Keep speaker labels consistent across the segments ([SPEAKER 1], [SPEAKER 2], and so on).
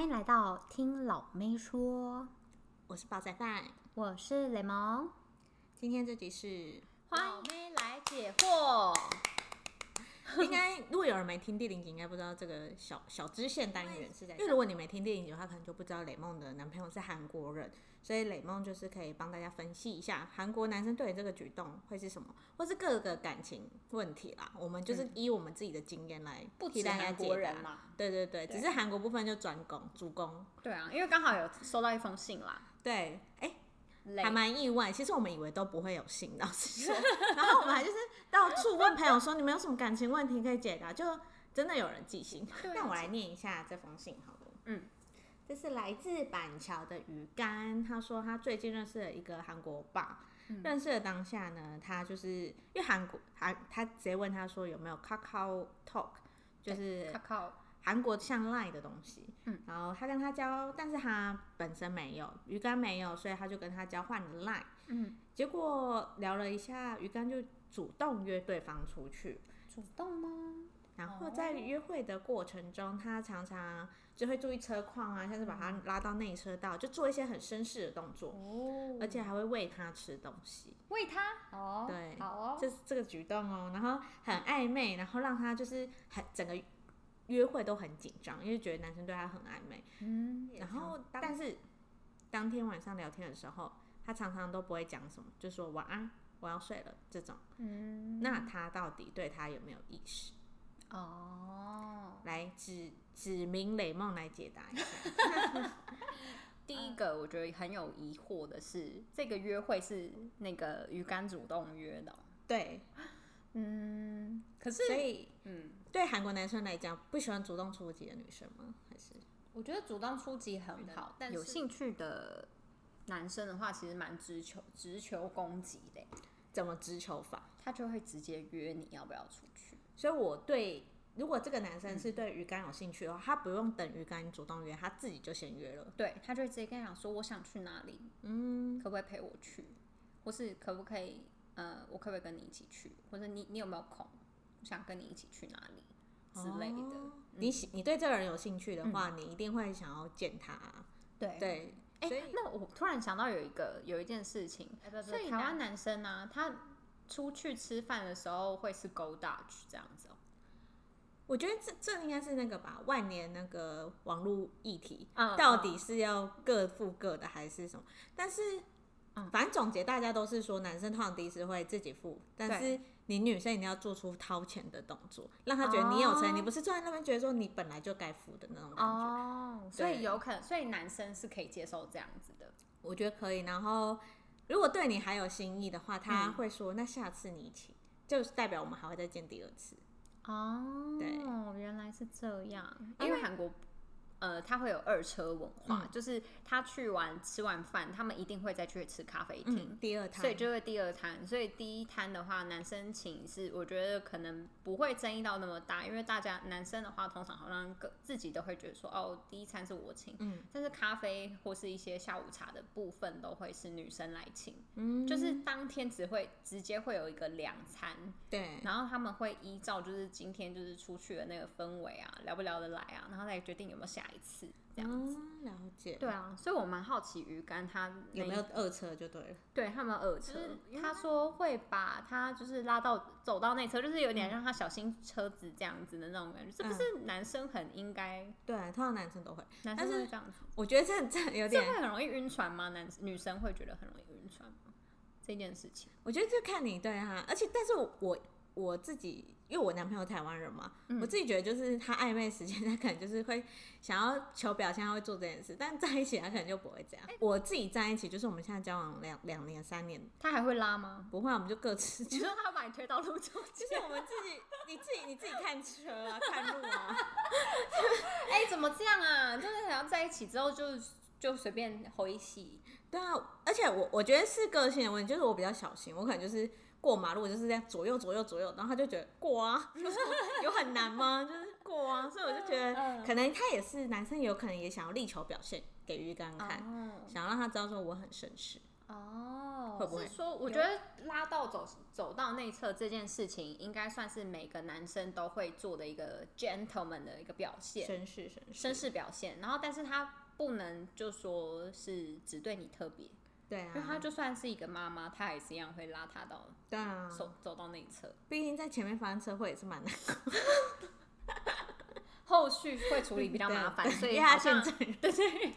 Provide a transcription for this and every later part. [SPEAKER 1] 迎来到听老妹说，
[SPEAKER 2] 我是煲仔饭，
[SPEAKER 1] 我是雷蒙，
[SPEAKER 2] 今天这集是
[SPEAKER 1] 欢迎来解惑。
[SPEAKER 2] 应 该如果有人没听第零集，应该不知道这个小小支线单元是在，因为如果你没听第零集的话，可能就不知道雷梦的男朋友是韩国人，所以雷梦就是可以帮大家分析一下韩国男生对你这个举动会是什么，或是各个感情问题啦。我们就是以我们自己的经验来
[SPEAKER 3] 不
[SPEAKER 2] 替
[SPEAKER 3] 止
[SPEAKER 2] 大家
[SPEAKER 3] 韩
[SPEAKER 2] 解
[SPEAKER 3] 国人
[SPEAKER 2] 答。
[SPEAKER 3] 嘛，
[SPEAKER 2] 对对对，
[SPEAKER 3] 对
[SPEAKER 2] 只是韩国部分就转攻主攻，
[SPEAKER 3] 对啊，因为刚好有收到一封信啦，
[SPEAKER 2] 对，哎、
[SPEAKER 3] 雷
[SPEAKER 2] 还蛮意外。其实我们以为都不会有信，老实说，然后我们还就是到处问朋友说，你们有什么感情问题可以解答，就真的有人寄信。
[SPEAKER 3] 对啊
[SPEAKER 2] 那我来念一下这封信好了。
[SPEAKER 3] 嗯，
[SPEAKER 2] 这是来自板桥的鱼竿，他说他最近认识了一个韩国爸。
[SPEAKER 3] 嗯
[SPEAKER 2] 认识的当下呢，他就是因为韩国韩，他直接问他说有没有 Kakao Talk，就是
[SPEAKER 3] 他靠
[SPEAKER 2] 韩国像 Line 的东西，
[SPEAKER 3] 嗯，
[SPEAKER 2] 然后他跟他交，但是他本身没有鱼竿没有，所以他就跟他交换了 Line，
[SPEAKER 3] 嗯，
[SPEAKER 2] 结果聊了一下，鱼竿就主动约对方出去，
[SPEAKER 3] 主动吗？
[SPEAKER 2] 然后在约会的过程中，他常常就会注意车况啊，像是把他拉到内车道，就做一些很绅士的动作，
[SPEAKER 3] 哦
[SPEAKER 2] 而且还会喂他吃东西，
[SPEAKER 3] 喂他哦，
[SPEAKER 2] 对
[SPEAKER 3] 好哦，
[SPEAKER 2] 这这个举动哦，然后很暧昧，然后让他就是很整个约会都很紧张，因为觉得男生对他很暧昧。
[SPEAKER 3] 嗯，
[SPEAKER 2] 然后，但是当天晚上聊天的时候，他常常都不会讲什么，就说晚安，我要睡了这种。
[SPEAKER 3] 嗯，
[SPEAKER 2] 那他到底对他有没有意识？
[SPEAKER 3] 哦，
[SPEAKER 2] 来指指明雷梦来解答一下。
[SPEAKER 3] 第
[SPEAKER 4] 嗯
[SPEAKER 3] 一个我觉得很有疑惑的是，这个约会是那个鱼竿主动约的哦，
[SPEAKER 2] 对，
[SPEAKER 3] 嗯，可是
[SPEAKER 2] 所以
[SPEAKER 3] 嗯，
[SPEAKER 2] 对韩国男生来讲，不喜欢主动出击的女生吗？还是
[SPEAKER 4] 我觉得主动出击很好，但是
[SPEAKER 3] 嗯有兴趣的男生的话，其实蛮直球直球攻击的，欸
[SPEAKER 2] 怎么直球法？
[SPEAKER 3] 他就会直接约你要不要出去。
[SPEAKER 2] 所以我对如果这个男生是对鱼竿有兴趣的话，他不用等鱼竿主动约，他自己就先约了。
[SPEAKER 3] 对他就会直接跟你讲说，我想去哪里，
[SPEAKER 2] 嗯，
[SPEAKER 3] 可不可以陪我去，或是可不可以，呃，我可不可以跟你一起去，或者你你有没有空，我想跟你一起去哪里之类的。
[SPEAKER 2] 哦你喜你对这个人有兴趣的话，你一定会想要见他。
[SPEAKER 3] 嗯
[SPEAKER 2] 啊
[SPEAKER 3] 对，
[SPEAKER 2] 对，
[SPEAKER 3] 哎、
[SPEAKER 2] 所以
[SPEAKER 3] 那我突然想到有一个有一件事情，
[SPEAKER 4] 哎不不
[SPEAKER 3] 所以
[SPEAKER 4] 不
[SPEAKER 3] 台湾
[SPEAKER 4] 他
[SPEAKER 3] 男生呢、他出去吃饭的时候会是 Go Dutch 这样子哦、
[SPEAKER 2] 我觉得这这应该是那个吧，万年那个网络议题，
[SPEAKER 3] 嗯
[SPEAKER 2] 到底是要各付各的还是什么？但是，
[SPEAKER 3] 嗯
[SPEAKER 2] 反正总结大家都是说，男生通常第一次会自己付，但是你女生一定要做出掏钱的动作，让他觉得你有钱，
[SPEAKER 3] 哦
[SPEAKER 2] 你不是坐在那边觉得说你本来就该付的那种感觉。
[SPEAKER 3] 哦，所以
[SPEAKER 2] 对
[SPEAKER 3] 有可能，所以男生是可以接受这样子的。
[SPEAKER 2] 我觉得可以。然后，如果对你还有心意的话，他
[SPEAKER 3] 嗯
[SPEAKER 2] 会说、那下次你一起，就是代表我们还会再见第二次。
[SPEAKER 3] 哦，
[SPEAKER 2] 对
[SPEAKER 3] 原来是这样，
[SPEAKER 2] 因
[SPEAKER 3] 嗯
[SPEAKER 2] 为
[SPEAKER 3] 因
[SPEAKER 2] 嗯
[SPEAKER 3] 为韩国。呃，他会有二车文化，就是他去完吃完饭，他们一定会再去吃咖啡厅，
[SPEAKER 2] 嗯，第二趟，
[SPEAKER 3] 所以就会第二摊。所以第一摊的话，男生请是我觉得可能不会争议到那么大，因为大家男生的话，通常好像各自己都会觉得说，哦，第一餐是我请，
[SPEAKER 2] 嗯
[SPEAKER 3] 但是咖啡或是一些下午茶的部分都会是女生来请，
[SPEAKER 2] 嗯，
[SPEAKER 3] 就是当天只会直接会有一个两餐，
[SPEAKER 2] 对，
[SPEAKER 3] 然后他们会依照就是今天就是出去的那个氛围啊，聊不聊得来啊，然后再决定有没有下一次这样。
[SPEAKER 2] 嗯，了解。
[SPEAKER 3] 对啊，所以我蛮好奇鱼竿他那
[SPEAKER 2] 有没有二车就对了。
[SPEAKER 3] 对他们耳车
[SPEAKER 4] 是，
[SPEAKER 3] 他说会把他就是拉到走到内侧，就是有点让他小心车子这样子的那种感觉，
[SPEAKER 2] 嗯
[SPEAKER 3] 这不是男生很应该，
[SPEAKER 2] 对，啊通常男生都会。
[SPEAKER 3] 男
[SPEAKER 2] 但
[SPEAKER 3] 生
[SPEAKER 2] 是
[SPEAKER 3] 会这样子，
[SPEAKER 2] 我觉得这这有
[SPEAKER 3] 这
[SPEAKER 2] 点，
[SPEAKER 3] 会很容易晕船吗？男女生会觉得很容易晕船吗？这件事情，
[SPEAKER 2] 我觉得就看你对他，而且但是我我自己，因为我男朋友台湾人嘛，我自己觉得就是他暧昧时间，他可能就是会想要求表现，他会做这件事，但在一起他可能就不会这样。我自己在一起，就是我们现在交往两两年三年，
[SPEAKER 3] 他还会拉吗？
[SPEAKER 2] 不会啊，我们就各自
[SPEAKER 3] 你
[SPEAKER 2] 就
[SPEAKER 3] 说他把你推到路中间，
[SPEAKER 2] 就是我们自己，你自己你自己看车啊，看路啊。
[SPEAKER 3] 哎、怎么这样啊？就是想要在一起之后就就随便回洗，
[SPEAKER 2] 对啊，而且我我觉得是个性的问题，就是我比较小心，我可能就是过马路我就是这样左右左右左右，然后他就觉得过 啊，就是说有很难吗？就是过啊，所以我就觉得可能他也是男生，有可能也想要力求表现给鱼竿看，
[SPEAKER 3] 哦
[SPEAKER 2] 想要让他知道说我很绅士。
[SPEAKER 5] 哦
[SPEAKER 2] 会不会
[SPEAKER 3] 是说，我觉得拉到走走到内侧这件事情，应该算是每个男生都会做的一个 gentleman 的一个表现，
[SPEAKER 2] 绅士绅士，
[SPEAKER 3] 绅士表现。然后，但是他不能就说是只对你特别，
[SPEAKER 2] 对啊
[SPEAKER 3] 因，为他就算是一个妈妈，他也是一样会拉他到
[SPEAKER 2] 对啊，
[SPEAKER 3] 走走到内侧，
[SPEAKER 2] 毕竟在前面发生车祸也是蛮难
[SPEAKER 3] 后续会处理比较 麻烦，
[SPEAKER 2] 对
[SPEAKER 3] 所以
[SPEAKER 2] 因为他
[SPEAKER 3] 好像
[SPEAKER 2] 现在
[SPEAKER 3] 对 对，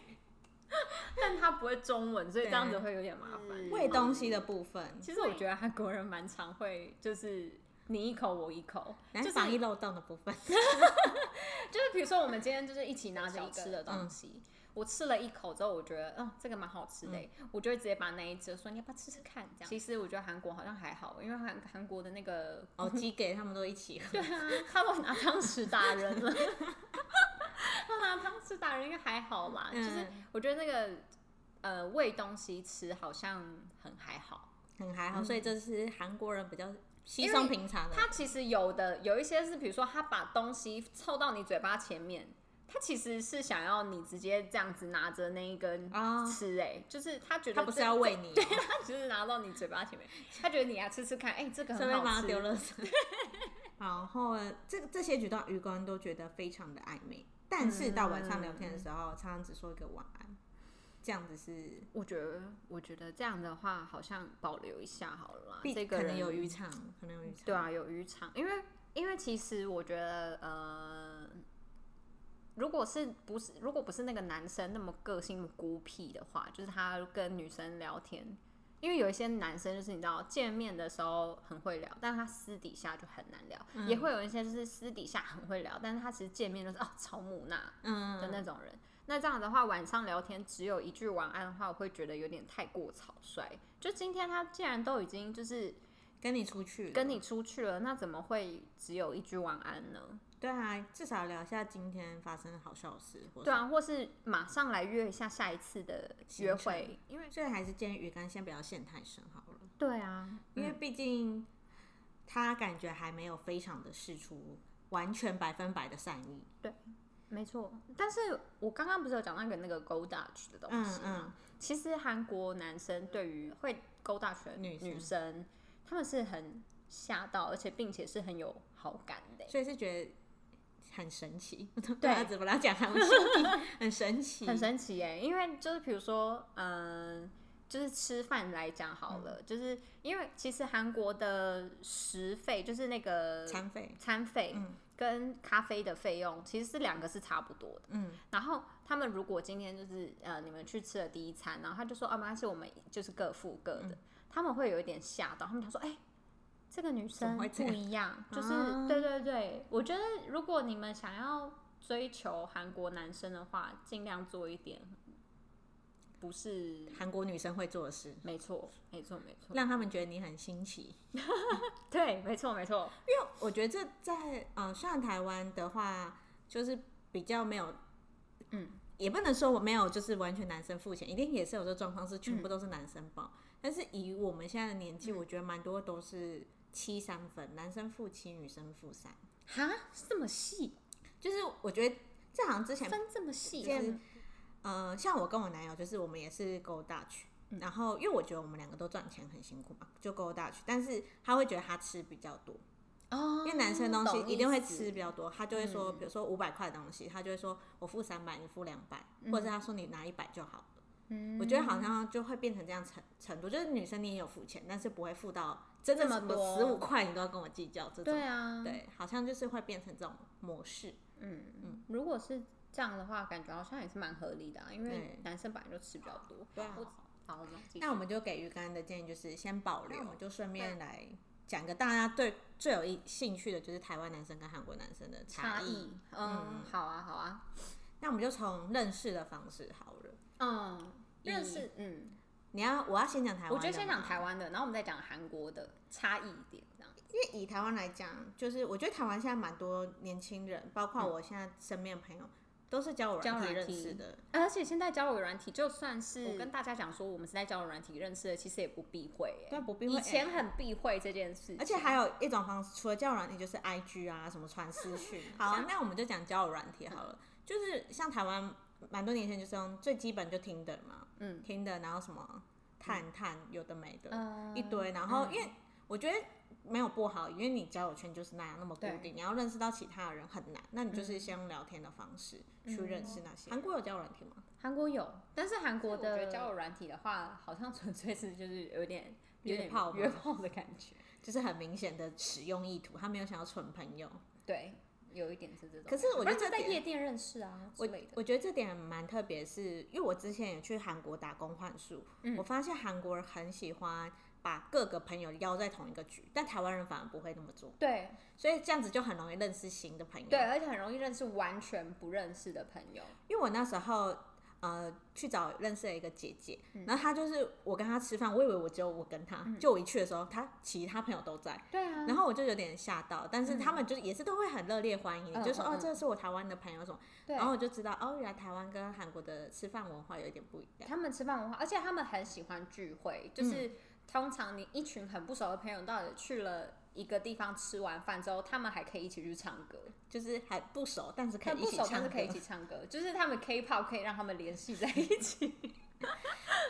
[SPEAKER 3] 但他不会中文，所以这样子会有点麻烦。
[SPEAKER 2] 喂东西的部分，
[SPEAKER 3] 其实我觉得韩国人蛮常会，就是你一口我一口，
[SPEAKER 2] 男
[SPEAKER 3] 就是
[SPEAKER 2] 防疫漏洞的部分，
[SPEAKER 3] 就是比如说我们今天就是一起拿着一
[SPEAKER 1] 小
[SPEAKER 3] 个
[SPEAKER 1] 吃
[SPEAKER 3] 吃的东西，我吃了一口之后，我觉得嗯这个蛮好吃的欸，我就会直接把那一只说你要不要吃吃看这样。其实我觉得韩国好像还好，因为韩韩国的那个
[SPEAKER 2] 哦，鸡给他们都一起喝。
[SPEAKER 3] 对啊， 他都拿汤匙打 人了，他拿汤匙打人应该还好啦，就是
[SPEAKER 2] 嗯
[SPEAKER 3] 我觉得那个呃喂东西吃好像很还好。
[SPEAKER 2] 很还好，所以这是韩国人比较稀
[SPEAKER 3] 因为
[SPEAKER 2] 松平常的。
[SPEAKER 3] 它其实有的有一些是，比如说他把东西凑到你嘴巴前面，他其实是想要你直接这样子拿着那一根
[SPEAKER 2] 哦
[SPEAKER 3] 吃、欸，就是他觉得
[SPEAKER 2] 他不是
[SPEAKER 3] 这
[SPEAKER 2] 要喂
[SPEAKER 3] 这
[SPEAKER 2] 你哦
[SPEAKER 3] 对，他只是拿到你嘴巴前面， 他觉得你来吃吃看，哎、这 个
[SPEAKER 2] 顺便
[SPEAKER 3] 很
[SPEAKER 2] 帮
[SPEAKER 3] 好
[SPEAKER 2] 他
[SPEAKER 3] 吃，
[SPEAKER 2] 丢垃圾。 然后这这些举动，余光都觉得非常的暧昧，但是到晚上聊天的时候，常常只说一个晚安，这样子是
[SPEAKER 3] 我觉得我觉得这样的话好像保留一下好了啦，
[SPEAKER 2] 必
[SPEAKER 3] 啊这个
[SPEAKER 2] 可能
[SPEAKER 3] 人
[SPEAKER 2] 有渔场，可能有渔场。
[SPEAKER 3] 对，啊，有渔场，因为因为其实我觉得，呃，如果是不是如果不是那个男生那么个性孤僻的话，就是他跟女生聊天，因为有一些男生就是你知道见面的时候很会聊，但他私底下就很难聊，
[SPEAKER 2] 嗯
[SPEAKER 3] 也会有一些就是私底下很会聊，但是他其实见面就是哦超木讷的
[SPEAKER 2] 嗯，
[SPEAKER 3] 那种人。那这样的话，晚上聊天只有一句晚安的话，我会觉得有点太过草率。就今天他既然都已经就是
[SPEAKER 2] 跟你出去，
[SPEAKER 3] 跟你出去了，那怎么会只有一句晚安呢？
[SPEAKER 2] 对啊，至少聊一下今天发生的好笑的事。或
[SPEAKER 3] 对啊，或是马上来约一下下一次的约会，因为
[SPEAKER 2] 是，所以还是建议鱼竿先不要陷太深好了，
[SPEAKER 3] 对啊，
[SPEAKER 2] 因为毕竟他感觉还没有非常的试出完全百分百的善意。
[SPEAKER 3] 没错。但是我刚刚不是有讲到一个那个 Go Dutch 的东
[SPEAKER 2] 嗯
[SPEAKER 3] 西吗？
[SPEAKER 2] 嗯，
[SPEAKER 3] 其实韩国男生对于会勾大学
[SPEAKER 2] 女生
[SPEAKER 3] 女生，他们是很吓到，而且并且是很有好感的。
[SPEAKER 2] 所以是觉得很神奇。 对，怎么来讲韩文很神奇，
[SPEAKER 3] 欸很神奇耶、因为就是比如说，嗯、就是吃饭来讲好了，
[SPEAKER 2] 嗯
[SPEAKER 3] 就是因为其实韩国的食费就是那个
[SPEAKER 2] 残废。
[SPEAKER 3] 餐费
[SPEAKER 2] 嗯
[SPEAKER 3] 跟咖啡的费用，其实是两个是差不多的。
[SPEAKER 2] 嗯，
[SPEAKER 3] 然后他们如果今天就是呃，你们去吃了第一餐，然后他就说啊，没关系，我们就是各付各
[SPEAKER 2] 嗯
[SPEAKER 3] 的，他们会有一点吓到，他们想说，哎、这个女
[SPEAKER 2] 么
[SPEAKER 3] 生
[SPEAKER 2] 会这
[SPEAKER 3] 不
[SPEAKER 2] 样
[SPEAKER 3] 一样，就是、
[SPEAKER 2] 啊
[SPEAKER 3] 对对对，我觉得如果你们想要追求韩国男生的话，尽量做一点，不是，
[SPEAKER 2] 韩国女生会做的事，
[SPEAKER 3] 没错，没错，没错，
[SPEAKER 2] 让他们觉得你很新奇。
[SPEAKER 3] 对，没错，没错，
[SPEAKER 2] 因为我觉得这在呃，虽然台湾的话，就是比较没有，
[SPEAKER 3] 嗯，
[SPEAKER 2] 也不能说我没有，就是完全男生付钱，一定也是有这状况，是全部都是男生报。但是以我们现在的年纪，我觉得蛮多都是七三分，男生付七，女生付三。
[SPEAKER 3] 哈，这么细，
[SPEAKER 2] 就是我觉得这好像之前
[SPEAKER 3] 分这么细，
[SPEAKER 2] 就是呃，像我跟我男友，就是我们也是 Go Dutch，、然
[SPEAKER 3] 嗯
[SPEAKER 2] 后因为我觉得我们两个都赚钱很辛苦嘛，就 Go Dutch，但是他会觉得他吃比较多，
[SPEAKER 3] 哦，
[SPEAKER 2] 因为男生东西
[SPEAKER 3] 懂
[SPEAKER 2] 一定会
[SPEAKER 3] 意思嗯
[SPEAKER 2] 吃比较多，他就会说，比如说五百块的东西，他就会说我付三百，你付两百、
[SPEAKER 3] 嗯
[SPEAKER 2] 或者是他说你拿一百就好了。我觉得好像就会变成这样程程度，就是女生你也有付钱，但是不会付到真的
[SPEAKER 3] 这么
[SPEAKER 2] 什么
[SPEAKER 3] 多
[SPEAKER 2] 十五块你都要跟我计较这种。
[SPEAKER 3] 对啊，
[SPEAKER 2] 对，好像就是会变成这种模式。
[SPEAKER 3] 嗯，如果是这样的话，感觉好像也是蛮合理的、啊，因为
[SPEAKER 2] 对
[SPEAKER 3] 男生本来就吃比较多。
[SPEAKER 2] 对啊
[SPEAKER 3] 我好，我们继续
[SPEAKER 2] 那我们就给鱼竿的建议就是先保留，
[SPEAKER 3] 嗯
[SPEAKER 2] 就顺便来讲个大家对最有兴趣的就是台湾男生跟韩国男生的
[SPEAKER 3] 差
[SPEAKER 2] 异
[SPEAKER 3] 异。，嗯，好啊，好啊，
[SPEAKER 2] 那我们就从认识的方式好了。
[SPEAKER 3] 嗯，认识，嗯，
[SPEAKER 2] 你要，我要先讲台湾，
[SPEAKER 3] 我觉得先讲台，湾的，然后我们再讲韩国的差异点，这样。
[SPEAKER 2] 因为以台湾来讲，就是我觉得台湾现在蛮多年轻人，包括我现在身边的朋友，都是交友
[SPEAKER 3] 嗯交
[SPEAKER 2] 软
[SPEAKER 3] 友
[SPEAKER 2] 体认
[SPEAKER 3] 软体
[SPEAKER 2] 识的。
[SPEAKER 3] 而且现在交友软体，就算是
[SPEAKER 2] 嗯
[SPEAKER 3] 我跟大家讲说我们是在交友软体认识的，其实也不避讳、欸，
[SPEAKER 2] 对不避讳
[SPEAKER 3] 以前很避讳这件事情，
[SPEAKER 2] 而且还有一种方式，除了交友软体，就是 I G 啊，什么传私讯。啊 好，那我们就讲交友软体好了，就是像台湾蛮多年前就是用最基本就 Tinder 嘛，嗯，Tinder，然后什么探探，有的没的，
[SPEAKER 3] 嗯
[SPEAKER 2] 一堆。然后因为我觉得没有不好，因为你交友圈就是那样那么固
[SPEAKER 3] 对
[SPEAKER 2] 定，你要认识到其他的人很难。那你就是先用聊天的方式去认识那些。嗯韩国有交友软体吗？
[SPEAKER 6] 韩国有，但是韩国
[SPEAKER 3] 我觉得
[SPEAKER 6] 的
[SPEAKER 3] 交友软体的话，好像纯粹是就是有点有
[SPEAKER 2] 约
[SPEAKER 3] 点
[SPEAKER 2] 炮吗
[SPEAKER 3] 约炮的感觉。
[SPEAKER 2] 就是很明显的使用意图，他没有想要纯朋友。
[SPEAKER 3] 对，有一点是这种。
[SPEAKER 2] 可是我觉得
[SPEAKER 3] 不然就
[SPEAKER 2] 这
[SPEAKER 3] 在
[SPEAKER 2] 点
[SPEAKER 3] 夜店认识啊之
[SPEAKER 2] 我
[SPEAKER 3] 类的。
[SPEAKER 2] 我觉得这点蛮特别，是因为我之前也去韩国打工换宿，
[SPEAKER 3] 嗯
[SPEAKER 2] 我发现韩国人很喜欢把各个朋友邀在同一个局，但台湾人反而不会那么做，
[SPEAKER 3] 对
[SPEAKER 2] 所以这样子就很容易认识新的朋友。
[SPEAKER 3] 对，，而且很容易认识完全不认识的朋友。
[SPEAKER 2] 因为我那时候呃去找认识了一个姐姐，
[SPEAKER 3] 嗯
[SPEAKER 2] 然后她就是我跟她吃饭，我以为我只有我跟她，就我一去的时候，她其他朋友都在，
[SPEAKER 3] 对啊，
[SPEAKER 2] 然后我就有点吓到，但是他们就是也是都会很热烈欢迎，
[SPEAKER 3] 嗯
[SPEAKER 2] 就说
[SPEAKER 3] 嗯
[SPEAKER 2] 哦
[SPEAKER 3] 嗯
[SPEAKER 2] 这是我台湾的朋友什么，
[SPEAKER 3] 对
[SPEAKER 2] 然后我就知道哦原来台湾跟韩国的吃饭文化有一点不一样。
[SPEAKER 3] 他们吃饭文化，而且他们很喜欢聚会，就是、通常你一群很不熟的朋友到底去了。一个地方吃完饭之后，他们还可以一起去唱歌，
[SPEAKER 2] 就是还不熟，但是可
[SPEAKER 3] 很
[SPEAKER 2] 以一
[SPEAKER 3] 不
[SPEAKER 2] 起
[SPEAKER 3] 熟
[SPEAKER 2] 唱歌，
[SPEAKER 3] 但是可以一起唱歌，就是他们 K-pop 可以让他们联系在一起。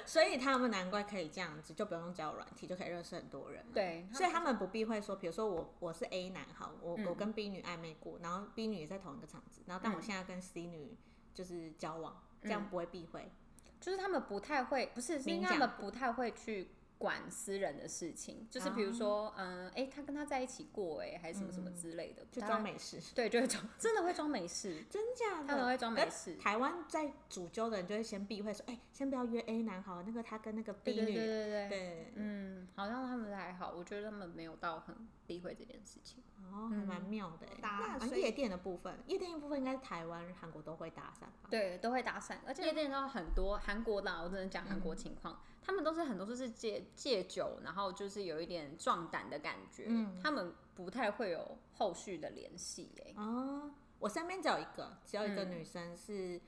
[SPEAKER 2] 所以他们难怪可以这样子，就不用交友软体就可以认识很多人。
[SPEAKER 3] 对，
[SPEAKER 2] 所以他们不避讳说，比如说我我是 A 男好，我、
[SPEAKER 3] 嗯
[SPEAKER 2] 我跟 B 女暧昧过，然后 B 女也在同一个场子，然后但我现在跟 C 女就是交往，这样
[SPEAKER 3] 嗯
[SPEAKER 2] 不会避讳。
[SPEAKER 3] 就是他们不太会，不是，是
[SPEAKER 2] 明
[SPEAKER 3] 因为
[SPEAKER 2] 讲
[SPEAKER 3] 他们不太会去管私人的事情，就是比如说，嗯，哎、他跟他在一起过、哎，还是什么什么之类的，
[SPEAKER 2] 就
[SPEAKER 3] 不太
[SPEAKER 2] 装，美式，
[SPEAKER 3] 对，就会装，真的会装没 事，
[SPEAKER 2] 真假的？
[SPEAKER 3] 他们会装没
[SPEAKER 2] 但
[SPEAKER 3] 事，
[SPEAKER 2] 台湾在主揪的人就会先避讳说，哎、先不要约 A 男好，那个他跟那个 B
[SPEAKER 3] 对
[SPEAKER 2] 女，
[SPEAKER 3] 对对对对，
[SPEAKER 2] 对
[SPEAKER 3] 嗯，好像他们还好，我觉得他们没有到很避讳这件事情。
[SPEAKER 2] 哦，还蛮妙的欸、
[SPEAKER 3] 嗯搭
[SPEAKER 2] 那
[SPEAKER 3] 所以
[SPEAKER 2] 夜店的部分，夜店的部分应该台湾、韩国都会搭讪吧？
[SPEAKER 3] 对，都会搭讪，而且夜店上很多韩国的啊，我只能讲韩国情况，他们都是很多都是戒戒酒，然后就是有一点壮胆的感觉，他们不太会有后续的联系、哎，
[SPEAKER 2] 哦，嗯我身边只有一个，只有一个女生是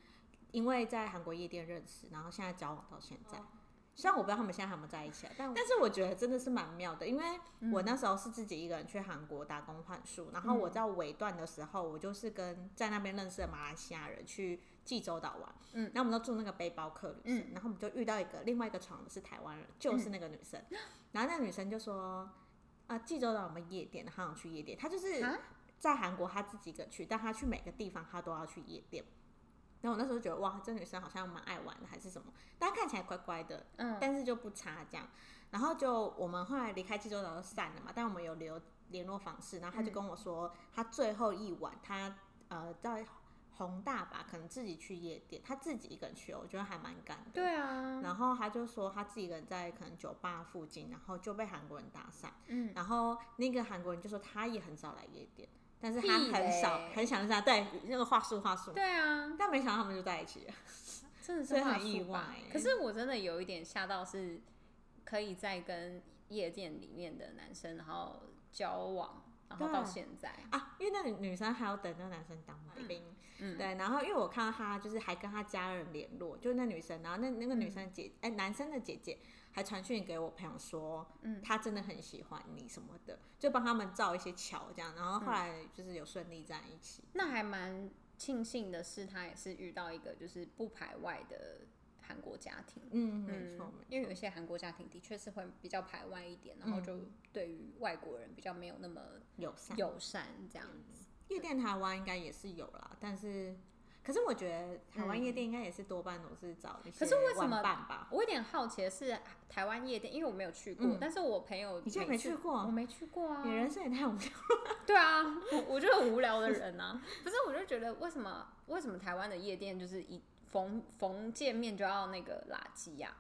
[SPEAKER 2] 因为在韩国夜店认识，然后现在交往到现在。虽然我不知道他们现在还有没有在一起啊，但但是我觉得真的是蛮妙的，因为我那时候是自己一个人去韩国打工换宿，然后我在尾段的时候，我就是跟在那边认识的马来西亚人去济州岛玩，嗯，然后我们都住那个背包客旅社，然后我们就遇到一个另外一个床的是台湾人，就是那个女生，然后那个女生就说，啊，济州岛我们夜店，她想去夜店，她就是在韩国她自己一个去，但她去每个地方她都要去夜店。然后我那时候觉得哇，这女生好像蛮爱玩的，还是什么，但她看起来乖乖的，嗯，但是就不差这样。然后就我们后来离开济州岛就散了嘛，但我们有留联络方式，然后她就跟我说，她最后一晚她呃在宏大吧，可能自己去夜店，她自己一个人去哦，我觉得还蛮敢的。
[SPEAKER 3] 对啊，
[SPEAKER 2] 然后他就说他自己一个人在可能酒吧附近，然后就被韩国人搭讪。嗯，然后那个韩国人就说他也很少来夜店，但是他
[SPEAKER 3] 屁
[SPEAKER 2] 很少
[SPEAKER 3] 嘞
[SPEAKER 2] 很想认识他，对那个话术话术。
[SPEAKER 3] 对啊，
[SPEAKER 2] 但没想到他们就在一起了。
[SPEAKER 3] 真的
[SPEAKER 2] 所以
[SPEAKER 3] 是话
[SPEAKER 2] 很意
[SPEAKER 3] 术吧
[SPEAKER 2] 外欸
[SPEAKER 3] 可是我真的有一点吓到，是可以在跟夜店里面的男生然后交往，然后到
[SPEAKER 2] 对
[SPEAKER 3] 现在，
[SPEAKER 2] 啊，因为那女女生还要等那个男生当兵，
[SPEAKER 3] 嗯
[SPEAKER 2] 对，然后因为我看到他就是还跟他家人联络，就是那女生，然后那那个女生的
[SPEAKER 3] 嗯
[SPEAKER 2] 姐，哎、男生的姐姐还传讯给我朋友说，嗯，他真的很喜欢你什么的，就帮他们造一些桥这样，然后后来就是有顺利在一起，
[SPEAKER 3] 那还蛮庆幸的是，他也是遇到一个就是不排外的韩国家庭。
[SPEAKER 2] 嗯，没错，嗯没
[SPEAKER 3] 因为
[SPEAKER 2] 错，
[SPEAKER 3] 有一些韩国家庭的确是会比较排外一点，然后就对于外国人比较没有那么
[SPEAKER 2] 友善。
[SPEAKER 3] 友善这样子。
[SPEAKER 2] 夜店台湾应该也是有啦，但是。可是我觉得台湾夜店应该也是多半都是找一些
[SPEAKER 3] 嗯可是为什
[SPEAKER 2] 玩
[SPEAKER 3] 么
[SPEAKER 2] 伴吧？
[SPEAKER 3] 我有点好奇的是，台湾夜店，因为我没有去过，但是我朋友
[SPEAKER 2] 嗯你竟然
[SPEAKER 3] 每
[SPEAKER 2] 没
[SPEAKER 3] 次
[SPEAKER 2] 去过
[SPEAKER 3] 我没去过啊
[SPEAKER 2] 你。嗯人生也太无聊
[SPEAKER 3] 对啊，我我就是无聊的人啊。 不是，我就觉得为什么为什么台湾的夜店就是一逢逢见面就要那个垃圾呀、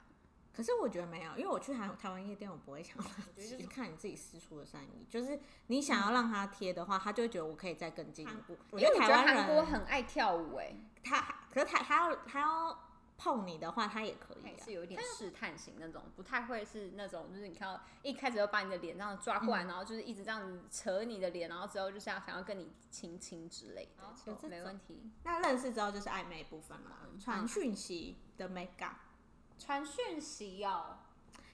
[SPEAKER 2] 可是我觉得没有，因为我去韩台湾夜店，我不会想要垃圾，就是看你自己施出的善意。就是你想要让他贴的话，他就会觉得我可以再更进一步。我
[SPEAKER 3] 因为我
[SPEAKER 2] 台
[SPEAKER 3] 觉得
[SPEAKER 2] 湾
[SPEAKER 3] 嗯韩国
[SPEAKER 2] 人
[SPEAKER 3] 很爱跳舞、哎，
[SPEAKER 2] 他，可是他他要他要碰你的话，他也可
[SPEAKER 3] 他
[SPEAKER 2] 以
[SPEAKER 3] 也
[SPEAKER 2] 啊
[SPEAKER 3] 是。有一点试探型那种，不太会是那种，就是你看到一开始就把你的脸这样抓
[SPEAKER 2] 嗯
[SPEAKER 3] 过来，然后就是一直这样子扯你的脸，然后之后就是要想要跟你亲亲之类的，
[SPEAKER 2] 哦有这
[SPEAKER 3] 就没
[SPEAKER 2] 种
[SPEAKER 3] 问题。
[SPEAKER 2] 那认识之后就是暧昧部分嘛，
[SPEAKER 3] 嗯
[SPEAKER 2] 传讯息的美感。
[SPEAKER 3] 传讯息哦，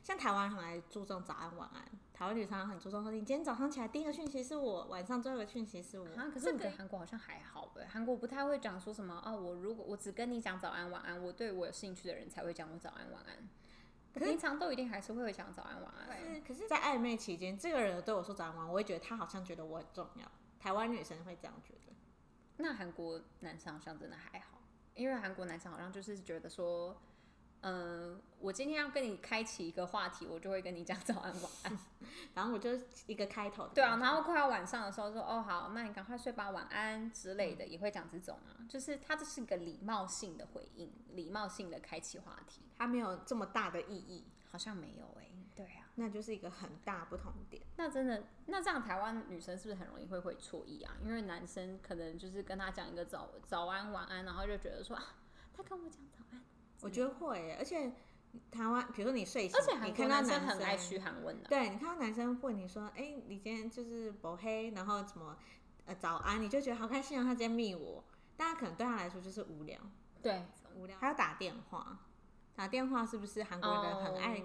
[SPEAKER 2] 像台湾很爱注重早安晚安，台湾女生很注重说你今天早上起来第一个讯息是我，晚上最后一个讯息是我。
[SPEAKER 3] 啊，可是
[SPEAKER 2] 这
[SPEAKER 3] 我觉
[SPEAKER 2] 个
[SPEAKER 3] 得韩国好像还好哎，韩国不太会讲说啊什么哦，我如果我只跟你讲早安晚安，我对我有兴趣的人才会讲我早安晚安。我平常都一定还是会讲早安晚安。
[SPEAKER 2] 是可是，在暧昧期间，这个人对我说早安晚安，我会觉得他好像觉得我很重要。台湾女生会这样觉得，
[SPEAKER 3] 那韩国男生好像真的还好，因为韩国男生好像就是觉得说，嗯、我今天要跟你开启一个话题，我就会跟你讲早安晚安。
[SPEAKER 2] 反正我就是一个开头。
[SPEAKER 3] 对啊，然后快要晚上的时候说，哦好，那你赶快睡吧，晚安之类
[SPEAKER 2] 嗯
[SPEAKER 3] 的，也会讲这种啊，就是它这是一个礼貌性的回应，礼貌性的开启话题，
[SPEAKER 2] 他没有这么大的意义，
[SPEAKER 3] 好像没有哎、对啊，
[SPEAKER 2] 那就是一个很大不同点。
[SPEAKER 3] 那真的，那这样台湾女生是不是很容易会会错意啊？因为男生可能就是跟他讲一个早早安晚安，然后就觉得说啊，他跟我讲早安，
[SPEAKER 2] 我觉得会耶，而且台湾，比如说你睡醒，
[SPEAKER 3] 而且韩
[SPEAKER 2] 你
[SPEAKER 3] 国
[SPEAKER 2] 看到
[SPEAKER 3] 男
[SPEAKER 2] 男
[SPEAKER 3] 生很爱嘘寒问暖，
[SPEAKER 2] 对你看到男生问你说，哎、你今天就是薄黑，然后什么呃早安，你就觉得好开心啊，他今天密我。但他可能对他来说就是无聊，
[SPEAKER 3] 对，
[SPEAKER 2] 无聊，还要打电话，打电话是不是韩国人很爱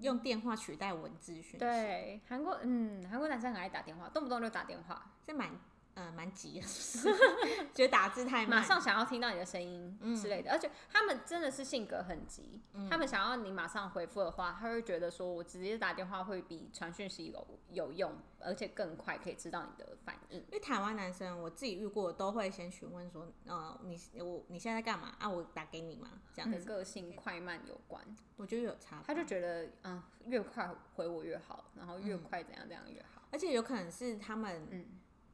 [SPEAKER 2] 用电话取代文字讯息？，
[SPEAKER 3] 哦对，韩国嗯，韩国男生很爱打电话，动不动就打电话，
[SPEAKER 2] 这蛮呃蛮急的，是 不是？觉得打字太慢，
[SPEAKER 3] 马上想要听到你的声音
[SPEAKER 2] 嗯
[SPEAKER 3] 之类的，而且他们真的是性格很急，他们想要你马上回复的话，他会觉得说我直接打电话会比传讯息有有用，而且更快可以知道你的反应。
[SPEAKER 2] 因为台湾男生我自己遇过，都会先询问说，呃，你我你现在在干嘛啊？我打给你嘛，这样
[SPEAKER 3] 跟
[SPEAKER 2] 子，
[SPEAKER 3] 个性快慢有关，
[SPEAKER 2] 我觉得有差别。
[SPEAKER 3] 他就觉得嗯，越快回我越好，然后越快怎样怎样越好。
[SPEAKER 2] 而且有可能是他们，
[SPEAKER 3] 嗯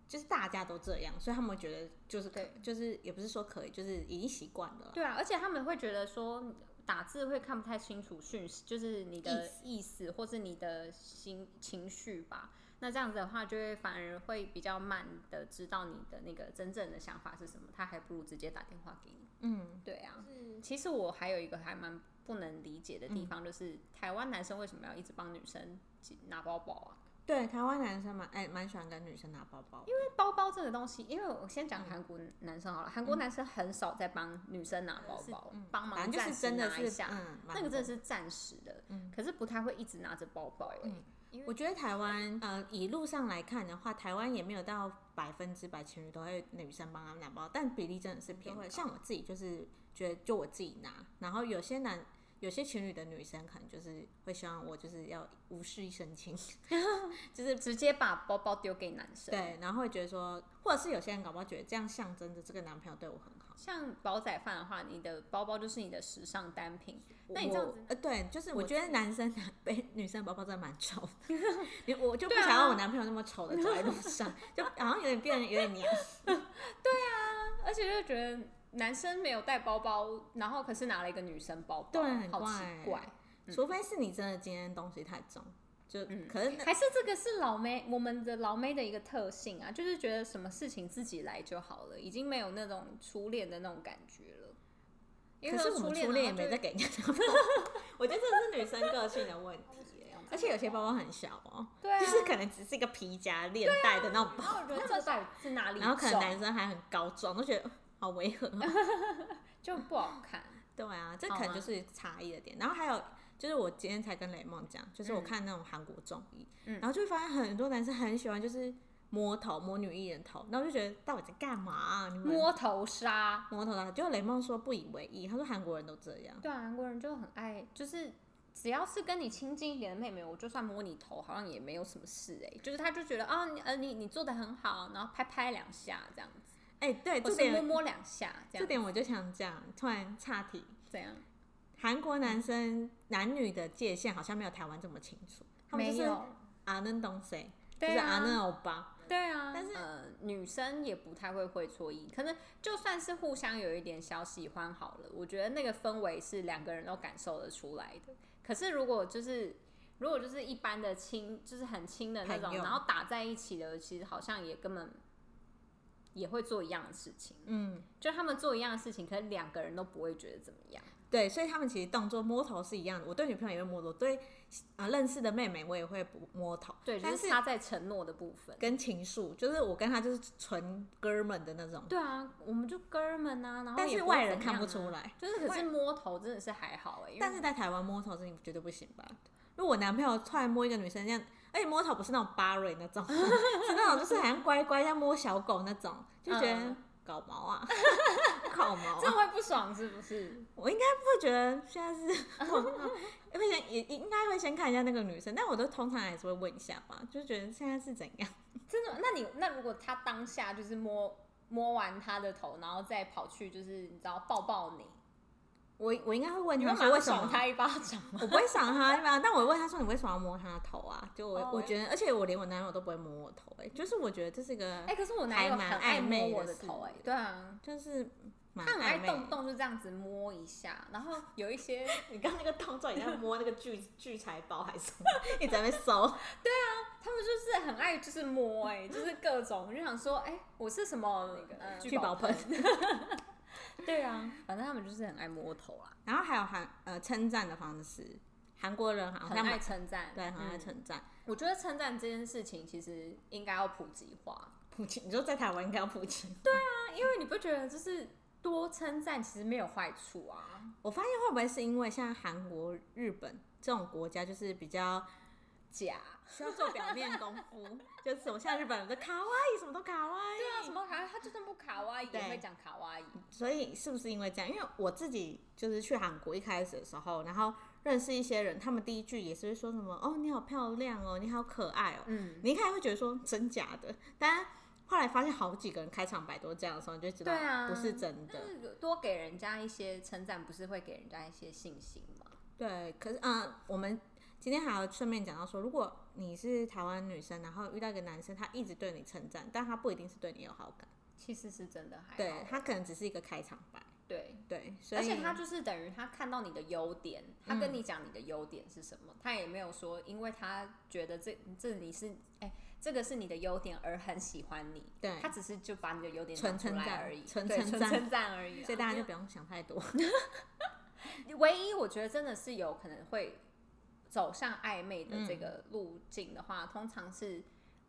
[SPEAKER 2] 就是大家都这样，所以他们觉得就是可
[SPEAKER 3] 对，
[SPEAKER 2] 就是也不是说可以，就是已经习惯了啦。
[SPEAKER 3] 对啊，而且他们会觉得说打字会看不太清楚讯息，就是你的意思或是你的心情绪吧。那这样子的话，就会反而会比较慢的知道你的那个真正的想法是什么，他还不如直接打电话给你。
[SPEAKER 2] 嗯，
[SPEAKER 3] 对啊，其实我还有一个还蛮不能理解的地方，就是台湾男生为什么要一直帮女生拿包包啊？
[SPEAKER 2] 对，台湾男生蛮哎蛮喜欢跟女生拿包包，因
[SPEAKER 3] 因为包包这个东西，因为我先
[SPEAKER 2] 嗯
[SPEAKER 3] 讲韩国男生好了，韩国男生很少在帮女生拿包包，帮、忙
[SPEAKER 2] 嗯反正就
[SPEAKER 3] 暂
[SPEAKER 2] 是
[SPEAKER 3] 时
[SPEAKER 2] 真的
[SPEAKER 3] 拿
[SPEAKER 2] 是
[SPEAKER 3] 一下，
[SPEAKER 2] 嗯，蛮
[SPEAKER 3] 那个真的
[SPEAKER 2] 多嗯
[SPEAKER 3] 是暂时的，可是不太会一直拿着包包、欸。
[SPEAKER 2] 我觉得台湾呃，以路上来看的话，台湾也没有到百分之百情侣都会女生帮他们拿包，但比例真的是偏高。像我自己就是觉得就我自己拿，然后有些男有些情侣的女生可能就是会希望我就是要无事一身轻，
[SPEAKER 3] 就是直接把包包丢给男生。，
[SPEAKER 2] 对，然后会觉得说，或者是有些人搞不好觉得这样象征着这个男朋友对我很好。
[SPEAKER 3] 像煲仔饭的话，你的包包就是你的时尚单品。那你这样
[SPEAKER 2] 我
[SPEAKER 3] 子，
[SPEAKER 2] 呃，对，就是我觉得男生拿背女生的包包真的蛮丑 的，你我就不
[SPEAKER 3] 对啊
[SPEAKER 2] 想要我男朋友那么丑的走在路 上，就好像有点变得有点娘。
[SPEAKER 3] 而且就觉得男生没有带包包，然后可是拿了一个女生包包，
[SPEAKER 2] 对很
[SPEAKER 3] 好奇
[SPEAKER 2] 怪
[SPEAKER 3] 怪。
[SPEAKER 2] 除非是你真的今天东西太重，就、可是那
[SPEAKER 3] 还是这个是老妹，我们的老妹的一个特性啊，就是觉得什么事情自己来就好了，已经没有那种初恋的那种感觉了。因
[SPEAKER 2] 可
[SPEAKER 3] 为
[SPEAKER 2] 是我们初恋也
[SPEAKER 3] 然后
[SPEAKER 2] 没
[SPEAKER 3] 就
[SPEAKER 2] 在给人家拿包 我觉得这是女生个性的问题耶，而且有些包包很小哦、
[SPEAKER 3] 对啊
[SPEAKER 2] 就是可能只是一个皮夹链带的那种包，
[SPEAKER 3] 然后我觉得这到底是哪里
[SPEAKER 2] 然后可能
[SPEAKER 3] 重
[SPEAKER 2] 男生还很高壮，都觉得好违和哦、
[SPEAKER 3] 就不好看。
[SPEAKER 2] 对啊，这
[SPEAKER 3] 好
[SPEAKER 2] 可能
[SPEAKER 3] 吗
[SPEAKER 2] 就是差异的点。然后还有就是我今天才跟雷梦讲，就是
[SPEAKER 3] 嗯
[SPEAKER 2] 我看那种韩国综艺，然后就会发现很多男生很喜欢就是摸头摸女艺人头，那我就觉得到底在干嘛啊、你们
[SPEAKER 3] 摸头杀。
[SPEAKER 2] 摸头的，结果雷梦说不以为意，他说韩国人都这样。
[SPEAKER 3] 对啊，韩国人就很爱，就是只要是跟你亲近一点的妹妹，我就算摸你头，好像也没有什么事哎、就是他就觉得啊，你呃你你做的很好，然后拍拍两下这样子，
[SPEAKER 2] 哎、对，
[SPEAKER 3] 或
[SPEAKER 2] 这
[SPEAKER 3] 是摸
[SPEAKER 2] 点
[SPEAKER 3] 摸两下这
[SPEAKER 2] 这
[SPEAKER 3] 样
[SPEAKER 2] 点我就想讲，突然岔题，
[SPEAKER 3] 怎样？
[SPEAKER 2] 韩国
[SPEAKER 3] 嗯
[SPEAKER 2] 男生男女的界限好像没有台湾这么清楚，他们就
[SPEAKER 3] 没
[SPEAKER 2] 是
[SPEAKER 3] 有，
[SPEAKER 2] 阿嫩东西，就
[SPEAKER 3] 对
[SPEAKER 2] 是阿
[SPEAKER 3] 啊
[SPEAKER 2] 嫩欧巴，
[SPEAKER 3] 对啊，
[SPEAKER 2] 但是
[SPEAKER 3] 呃女生也不太会会错意，可能就算是互相有一点小喜欢好了，我觉得那个氛围是两个人都感受得出来的。可是如果就是如果就是一般的亲，就是很亲的那
[SPEAKER 2] 朋
[SPEAKER 3] 种，
[SPEAKER 2] 友
[SPEAKER 3] 然后打在一起的，其实好像也根本也会做一样的事情，
[SPEAKER 2] 嗯，
[SPEAKER 3] 就他们做一样的事情，可是两个人都不会觉得怎么样。
[SPEAKER 2] 对，所以他们其实动作摸头是一样的。我对女朋友也会摸头，我对啊、呃认识的妹妹我也会不摸头，
[SPEAKER 3] 对，就
[SPEAKER 2] 但
[SPEAKER 3] 是
[SPEAKER 2] 是
[SPEAKER 3] 他在承诺的部分。
[SPEAKER 2] 跟情愫，就是我跟他就是纯哥们的那种，
[SPEAKER 3] 对啊，我们就哥们啊，然后
[SPEAKER 2] 但
[SPEAKER 3] 也
[SPEAKER 2] 是
[SPEAKER 3] 不会
[SPEAKER 2] 外人
[SPEAKER 3] 怎
[SPEAKER 2] 看不
[SPEAKER 3] 样啊
[SPEAKER 2] 出来。
[SPEAKER 3] 就是可是摸头真的是还好哎、因为
[SPEAKER 2] 但是在台湾摸头是绝对不行吧？如果我男朋友突然摸一个女生这样，而且摸 头不是那种巴瑞那种，是那种就是好像乖乖在摸小狗那种，就觉得
[SPEAKER 3] 嗯
[SPEAKER 2] 搞毛啊， 搞毛
[SPEAKER 3] 这
[SPEAKER 2] 啊！
[SPEAKER 3] 会不爽是不是？
[SPEAKER 2] 我应该不会觉得现在 是同，会先也应该会先看一下那个女生，但我都通常还是会问一下吧，就觉得现在是怎样。
[SPEAKER 3] 真的吗？那你那如果他当下就是摸摸完他的头，然后再跑去就是你知道抱抱你，
[SPEAKER 2] 我我应该会问
[SPEAKER 3] 你
[SPEAKER 2] 他
[SPEAKER 3] 会
[SPEAKER 2] 说
[SPEAKER 3] 马
[SPEAKER 2] 为
[SPEAKER 3] 上
[SPEAKER 2] 什
[SPEAKER 3] 赏
[SPEAKER 2] 么
[SPEAKER 3] 他一巴掌吗？
[SPEAKER 2] 我不会赏他吧？ 但我会问他说你为什么要摸他的头啊？就我、
[SPEAKER 3] 哦
[SPEAKER 2] 我觉得，而且我连我男友都不会摸我头、欸，哎，就是我觉得这是个，
[SPEAKER 3] 哎、可是我男友
[SPEAKER 2] 还
[SPEAKER 3] 很
[SPEAKER 2] 蛮
[SPEAKER 3] 爱
[SPEAKER 2] 暧
[SPEAKER 3] 摸
[SPEAKER 2] 昧
[SPEAKER 3] 我
[SPEAKER 2] 的
[SPEAKER 3] 的
[SPEAKER 2] 事
[SPEAKER 3] 头、哎，对啊，
[SPEAKER 2] 就是蛮
[SPEAKER 3] 他很爱
[SPEAKER 2] 暧昧
[SPEAKER 3] 动
[SPEAKER 2] 的。
[SPEAKER 3] 不动就这样子摸一下，然后有一 些
[SPEAKER 2] 你刚那个动作，你在摸那个聚 聚财包还 是什么？你在那边 搜？
[SPEAKER 3] 他们就是很爱就是摸、哎，就是各种，我就想说，哎、我是什么呃那个
[SPEAKER 2] 聚宝盆，
[SPEAKER 3] 对啊，反正他们就是很爱摸头啊啦，
[SPEAKER 2] 然后还有韩呃称赞的方式，韩国人好
[SPEAKER 3] 很
[SPEAKER 2] 像
[SPEAKER 3] 爱
[SPEAKER 2] 蛮
[SPEAKER 3] 称赞。
[SPEAKER 2] 对很爱
[SPEAKER 3] 嗯
[SPEAKER 2] 称赞。
[SPEAKER 3] 我觉得称赞这件事情其实应该要普及化，
[SPEAKER 2] 普及， 你说在台湾应该要普及。
[SPEAKER 3] 啊因为你不觉得就是多称赞其实没有坏处啊？
[SPEAKER 2] 我发现会不会是因为像韩国、日本这种国家，就是比较
[SPEAKER 3] 假
[SPEAKER 2] 需要做表面功夫， 就是我像日本人的卡哇伊，什么都卡哇伊。
[SPEAKER 3] 对 啊，什么卡他就算不卡哇伊也会讲卡哇伊，
[SPEAKER 2] 所以是不是因为这样？因为我自己就是去韩国一开始的时候，然后认识一些人，他们第一句也是会说什么“哦，你好漂亮哦，你好可爱哦”，
[SPEAKER 3] 嗯，
[SPEAKER 2] 你一开始会觉得说真假的，但后来发现好几个人开场白都这样的时候，你就知道
[SPEAKER 3] 对啊
[SPEAKER 2] 不是真的。
[SPEAKER 3] 就是多给人家一些称赞，不是会给人家一些信心吗？
[SPEAKER 2] 对，可是嗯、呃我们今天还要顺便讲到说，如果你是台湾女生，然后遇到一个男生，他一直对你称赞，但他不一定是对你有好感，
[SPEAKER 3] 其实是真的还好
[SPEAKER 2] 对他可能只是一个开场白。
[SPEAKER 3] 对，
[SPEAKER 2] 对，所以嗯
[SPEAKER 3] 哎而且他就是等于他看到你的优点，他跟你讲你的优点是什么，他也没有说因为他觉得这这你是哎、这个是你的优点而很喜欢你，
[SPEAKER 2] 对
[SPEAKER 3] 他只是就把你的优点
[SPEAKER 2] 嗯纯
[SPEAKER 3] 讲出
[SPEAKER 2] 称
[SPEAKER 3] 来
[SPEAKER 2] 赞
[SPEAKER 3] 而已，
[SPEAKER 2] 纯
[SPEAKER 3] 对
[SPEAKER 2] 称
[SPEAKER 3] 纯
[SPEAKER 2] 赞
[SPEAKER 3] 称赞而已啦。啊
[SPEAKER 2] 所以大家就不用想太多。
[SPEAKER 3] 唯一我觉得真的是有可能会走向暧昧的这
[SPEAKER 2] 嗯
[SPEAKER 3] 个路径的话，通常是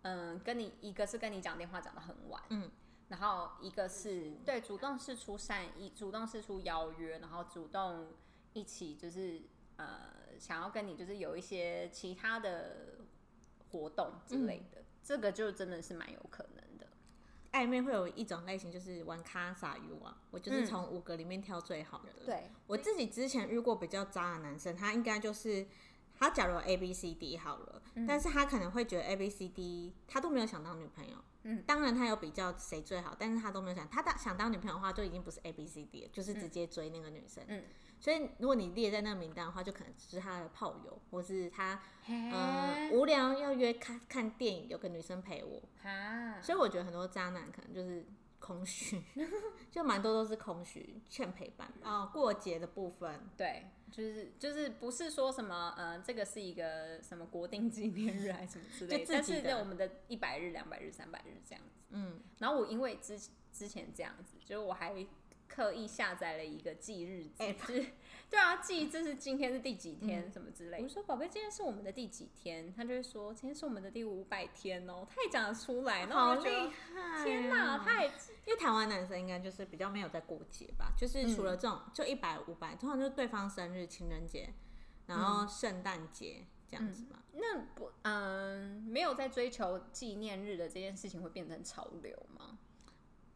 [SPEAKER 3] 嗯，跟你一个是跟你讲电话讲的很晚，
[SPEAKER 2] 嗯，
[SPEAKER 3] 然后一个是对主动示出善意，主动示出邀约，然后主动一起就是呃想要跟你就是有一些其他的活动
[SPEAKER 2] 嗯
[SPEAKER 3] 之类的，这个就真的是蛮有可能的。
[SPEAKER 2] 暧昧会有一种类型，就是玩卡撒 U 啊，我就是从五个里面挑最好的。，
[SPEAKER 3] 嗯对，
[SPEAKER 2] 我自己之前遇过比较渣的男生，他应该就是他假如有 A B C D 好了，但是他可能会觉得 A B C D 他都没有想当女朋友。
[SPEAKER 3] 嗯，
[SPEAKER 2] 当然他有比较谁最好，但是他都没有想，他当想当女朋友的话，就已经不是 A B C D 了，就是直接追那个女生。
[SPEAKER 3] 嗯，
[SPEAKER 2] 所以如果你列在那个名单的话，就可能只是他的炮友，或是他呃
[SPEAKER 3] 嗯，
[SPEAKER 2] 无聊要约看看电影，有个女生陪我，
[SPEAKER 3] 啊，
[SPEAKER 2] 所以我觉得很多渣男可能就是空虚， 就蛮多都是空虚，欠陪伴啊、过节的部分，
[SPEAKER 3] 对，就是就是不是说什么呃，这个是一个什么国定纪念日还是什么之类
[SPEAKER 2] 就
[SPEAKER 3] 的，
[SPEAKER 2] 自
[SPEAKER 3] 但
[SPEAKER 2] 己
[SPEAKER 3] 是
[SPEAKER 2] 的
[SPEAKER 3] 在我们的一百日、两百日、三百日这样子。
[SPEAKER 2] 嗯，
[SPEAKER 3] 然后我因为之之前这样子，就是我还刻意下载了一个记日子，
[SPEAKER 2] App
[SPEAKER 3] 就是对啊，记这是今天是第几天、什么之嗯类的。我说宝贝，今天是我们的第几天？他就会说今天是我们的第五百天哦，他也讲得出来，然后
[SPEAKER 2] 好
[SPEAKER 3] 我就觉
[SPEAKER 2] 厉
[SPEAKER 3] 得
[SPEAKER 2] 害！
[SPEAKER 3] 天哪，
[SPEAKER 2] 哪，
[SPEAKER 3] 他也
[SPEAKER 2] 因为台湾男生应该就是比较没有在过节吧，就是
[SPEAKER 3] 嗯
[SPEAKER 2] 除了这种、就一百五百，通常就是对方生日、情人节，然
[SPEAKER 3] 嗯
[SPEAKER 2] 后圣诞节这样子嘛。
[SPEAKER 3] 那不嗯，没有在追求纪念日的这件事情会变成潮流吗？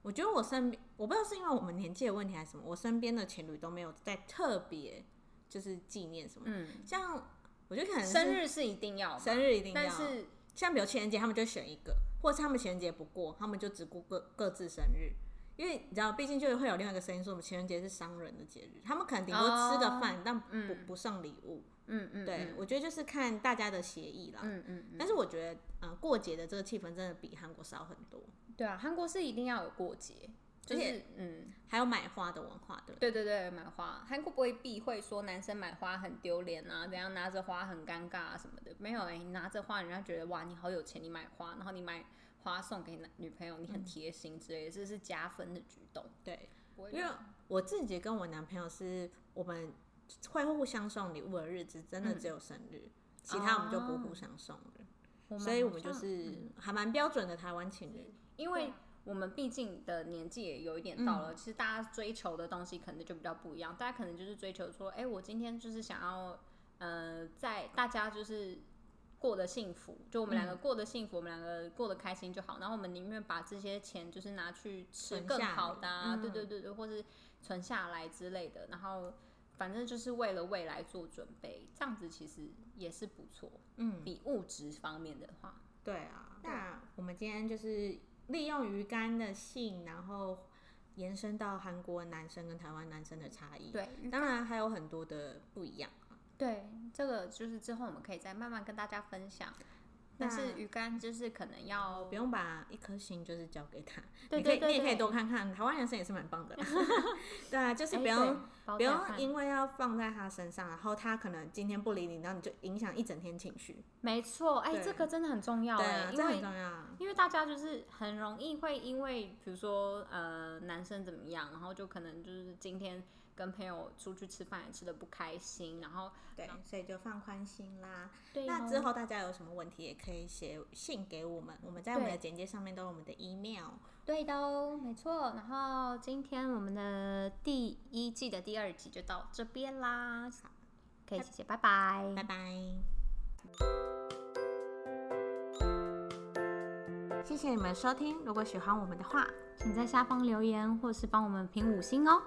[SPEAKER 2] 我觉得我身边，我不知道是因为我们年纪的问题还是什么，我身边的情侣都没有在特别就是纪念什么，
[SPEAKER 3] 嗯，
[SPEAKER 2] 像我觉得可能是
[SPEAKER 3] 生日是一定要嘛，
[SPEAKER 2] 生日一定要，
[SPEAKER 3] 但是
[SPEAKER 2] 像比如情人节，他们就选一个，或者他们情人节不过，他们就只顾各各自生日。因为你知道，毕竟就会有另外一个声音说，我们情人节是商人的节日，他们可能顶多吃个饭，但不、不送礼物。
[SPEAKER 3] 嗯哦嗯，
[SPEAKER 2] 对、啊我觉得就是看大家的协议啦。
[SPEAKER 3] 嗯嗯嗯，
[SPEAKER 2] 但是我觉得，呃，过节的这个气氛真的比韩国少很多，
[SPEAKER 3] 对啊，韩国是一定要有过节，就
[SPEAKER 2] 而
[SPEAKER 3] 是嗯，
[SPEAKER 2] 还有买花的文化，对不对？
[SPEAKER 3] 对对对，买花，韩国不会避讳说男生买花很丢脸啊，怎样拿着花很尴尬啊什么的，没有哎、你拿着花人家觉得哇你好有钱，你买花，然后你买花送给男女朋友，你很贴心之类的，这是加分的举动，
[SPEAKER 2] 嗯对，
[SPEAKER 3] 不会
[SPEAKER 2] 因为我自己跟我男朋友是我们会互相送礼物的日子，真的
[SPEAKER 3] 嗯
[SPEAKER 2] 只有生日，其他我们就不互相送了。
[SPEAKER 3] 哦我
[SPEAKER 2] 所以我们
[SPEAKER 3] 好
[SPEAKER 2] 就
[SPEAKER 3] 像嗯
[SPEAKER 2] 是还蛮标准的台湾情侣。
[SPEAKER 3] 因为我们毕竟的年纪也有一点到了，
[SPEAKER 2] 嗯
[SPEAKER 3] 其实大家追求的东西可能就比较不一样。大家可能就是追求说，哎、我今天就是想要，呃，在大家就是。过得幸福，就我们
[SPEAKER 2] 嗯
[SPEAKER 3] 两个过得幸福，我们两个过得开心就好。然后我们宁愿把这些钱就是拿去吃
[SPEAKER 2] 存
[SPEAKER 3] 更
[SPEAKER 2] 下
[SPEAKER 3] 好
[SPEAKER 2] 来
[SPEAKER 3] 的、啊，对
[SPEAKER 2] 嗯
[SPEAKER 3] 对对对，或是存下来之类的。然后反正就是为了未来做准备，这样子其实也是不错。
[SPEAKER 2] 嗯，
[SPEAKER 3] 比物质方面的话，
[SPEAKER 2] 对啊。那我们今天就是利用鱼竿的性，然后延伸到韩国男生跟台湾男生的差异。，
[SPEAKER 3] 对
[SPEAKER 2] 当然还有很多的不一样啊。
[SPEAKER 3] 对，这个就是之后我们可以再慢慢跟大家分享。
[SPEAKER 2] 那
[SPEAKER 3] 但是鱼竿就是可能要
[SPEAKER 2] 不用把一颗心就是交给他，
[SPEAKER 3] 对
[SPEAKER 2] 你可以
[SPEAKER 3] 对对
[SPEAKER 2] 你也可以
[SPEAKER 3] 对
[SPEAKER 2] 多看看台湾人生也是蛮 棒的啦，对啊，就是
[SPEAKER 3] 哎
[SPEAKER 2] 不用、
[SPEAKER 3] 对包
[SPEAKER 2] 不
[SPEAKER 3] 在
[SPEAKER 2] 用
[SPEAKER 3] 看
[SPEAKER 2] 因为要放在他身上，然后他可能今天不理你，然后你就影响一整天情绪，
[SPEAKER 3] 没错，哎、
[SPEAKER 2] 对
[SPEAKER 3] 这个真的很重要
[SPEAKER 2] 对
[SPEAKER 3] 哎、
[SPEAKER 2] 啊，这
[SPEAKER 3] 因
[SPEAKER 2] 很
[SPEAKER 3] 为
[SPEAKER 2] 重要啊。
[SPEAKER 3] 因为大家就是很容易会因为比如说呃男生怎么样，然后就可能就是今天跟朋友出去吃饭也吃的不开心，然后
[SPEAKER 2] 对，所以就放宽心啦。
[SPEAKER 3] 对
[SPEAKER 2] 啊那
[SPEAKER 3] 哦
[SPEAKER 2] 之后大家有什么问题，也可以写信给我们，我们在我们的
[SPEAKER 3] 对
[SPEAKER 2] 简介上面都有我们的 email。
[SPEAKER 3] 对的哦，没错。然后今天我们的第一季的第二集就到这边啦，可以谢谢，拜拜
[SPEAKER 2] 拜拜。谢谢你们收听，如果喜欢我们的话，
[SPEAKER 3] 请在下方留言或是帮我们评五星哦。